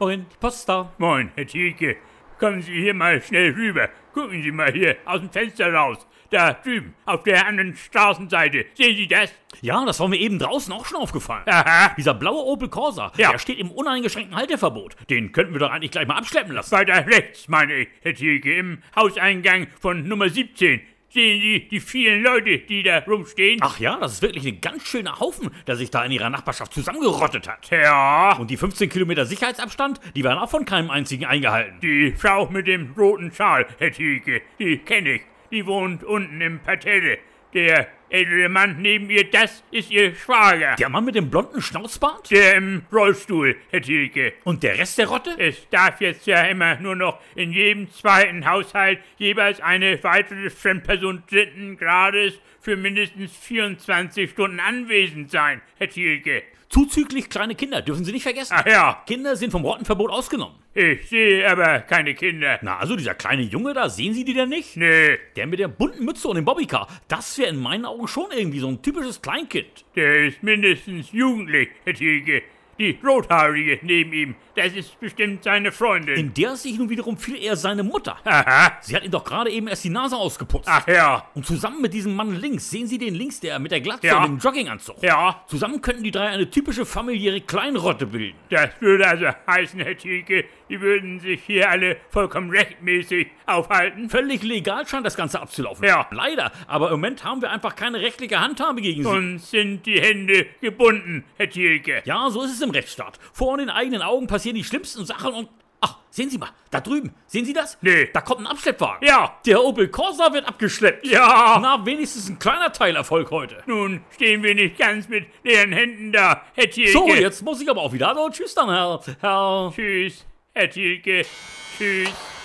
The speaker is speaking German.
Moin, die Post ist da. Moin, Herr Thielke. Kommen Sie hier mal schnell rüber. Gucken Sie mal hier aus dem Fenster raus. Da drüben, auf der anderen Straßenseite. Sehen Sie das? Ja, das war mir eben draußen auch schon aufgefallen. Aha. Dieser blaue Opel Corsa, Ja. der steht im uneingeschränkten Halteverbot. Den könnten wir doch eigentlich gleich mal abschleppen lassen. Weiter rechts, meine ich, Herr Thielke, im Hauseingang von Nummer 17. Sehen Sie die vielen Leute, die da rumstehen? Ach ja, das ist wirklich ein ganz schöner Haufen, der sich da in ihrer Nachbarschaft zusammengerottet hat. ja. Und die 15 Kilometer Sicherheitsabstand, die werden auch von keinem einzigen eingehalten. Die Frau mit dem roten Schal, Herr Thielke, die kenne ich. Die wohnt unten im Parterre. Der ältere Mann neben ihr, das ist ihr Schwager. Der Mann mit dem blonden Schnauzbart? Der im Rollstuhl, Herr Thielke. Und der Rest der Rotte? Es darf jetzt ja immer nur noch in jedem zweiten Haushalt jeweils eine weitere Fremdperson dritten Grades für mindestens 24 Stunden anwesend sein, Herr Thielke. Zuzüglich kleine Kinder, dürfen Sie nicht vergessen. Ach ja, Kinder sind vom Rottenverbot ausgenommen. ich sehe aber keine Kinder. Na, also dieser kleine Junge da, sehen Sie die denn nicht? Nee, Der mit der bunten Mütze und dem Bobbycar, das wäre in meinen Augen schon irgendwie so ein typisches Kleinkind. der ist mindestens jugendlich, Herr Thielke. Die Rothaarige neben ihm, das ist bestimmt seine Freundin. In der sehe ich nun wiederum viel eher seine Mutter. Aha, Sie hat ihm doch gerade eben erst die Nase ausgeputzt. ach ja, Und zusammen mit diesem Mann links, sehen Sie den links, der mit der Glatze Ja. und dem Jogginganzug. ja. Zusammen könnten die drei eine typische familiäre Kleinrotte bilden. Das würde also heißen, Herr Thielke, die würden sich hier alle vollkommen rechtmäßig aufhalten. Völlig legal scheint das Ganze abzulaufen. Ja. Leider, aber im Moment haben wir einfach keine rechtliche Handhabe gegen sie. Uns sind die Hände gebunden, Herr Thielke. Ja, so ist es im Rechtsstaat. Vor den eigenen Augen passieren die schlimmsten Sachen und. Ach, sehen Sie mal, da drüben. Sehen Sie das? Nee. Da kommt ein Abschleppwagen. Ja, Der Opel Corsa wird abgeschleppt. ja. Na, wenigstens ein kleiner Teilerfolg heute. Nun stehen wir nicht ganz mit leeren Händen da, Herr Thielke. So, Also, jetzt muss ich aber auch wieder. Hallo, tschüss dann, Herr. Herr. Tschüss, Herr Thielke. Tschüss.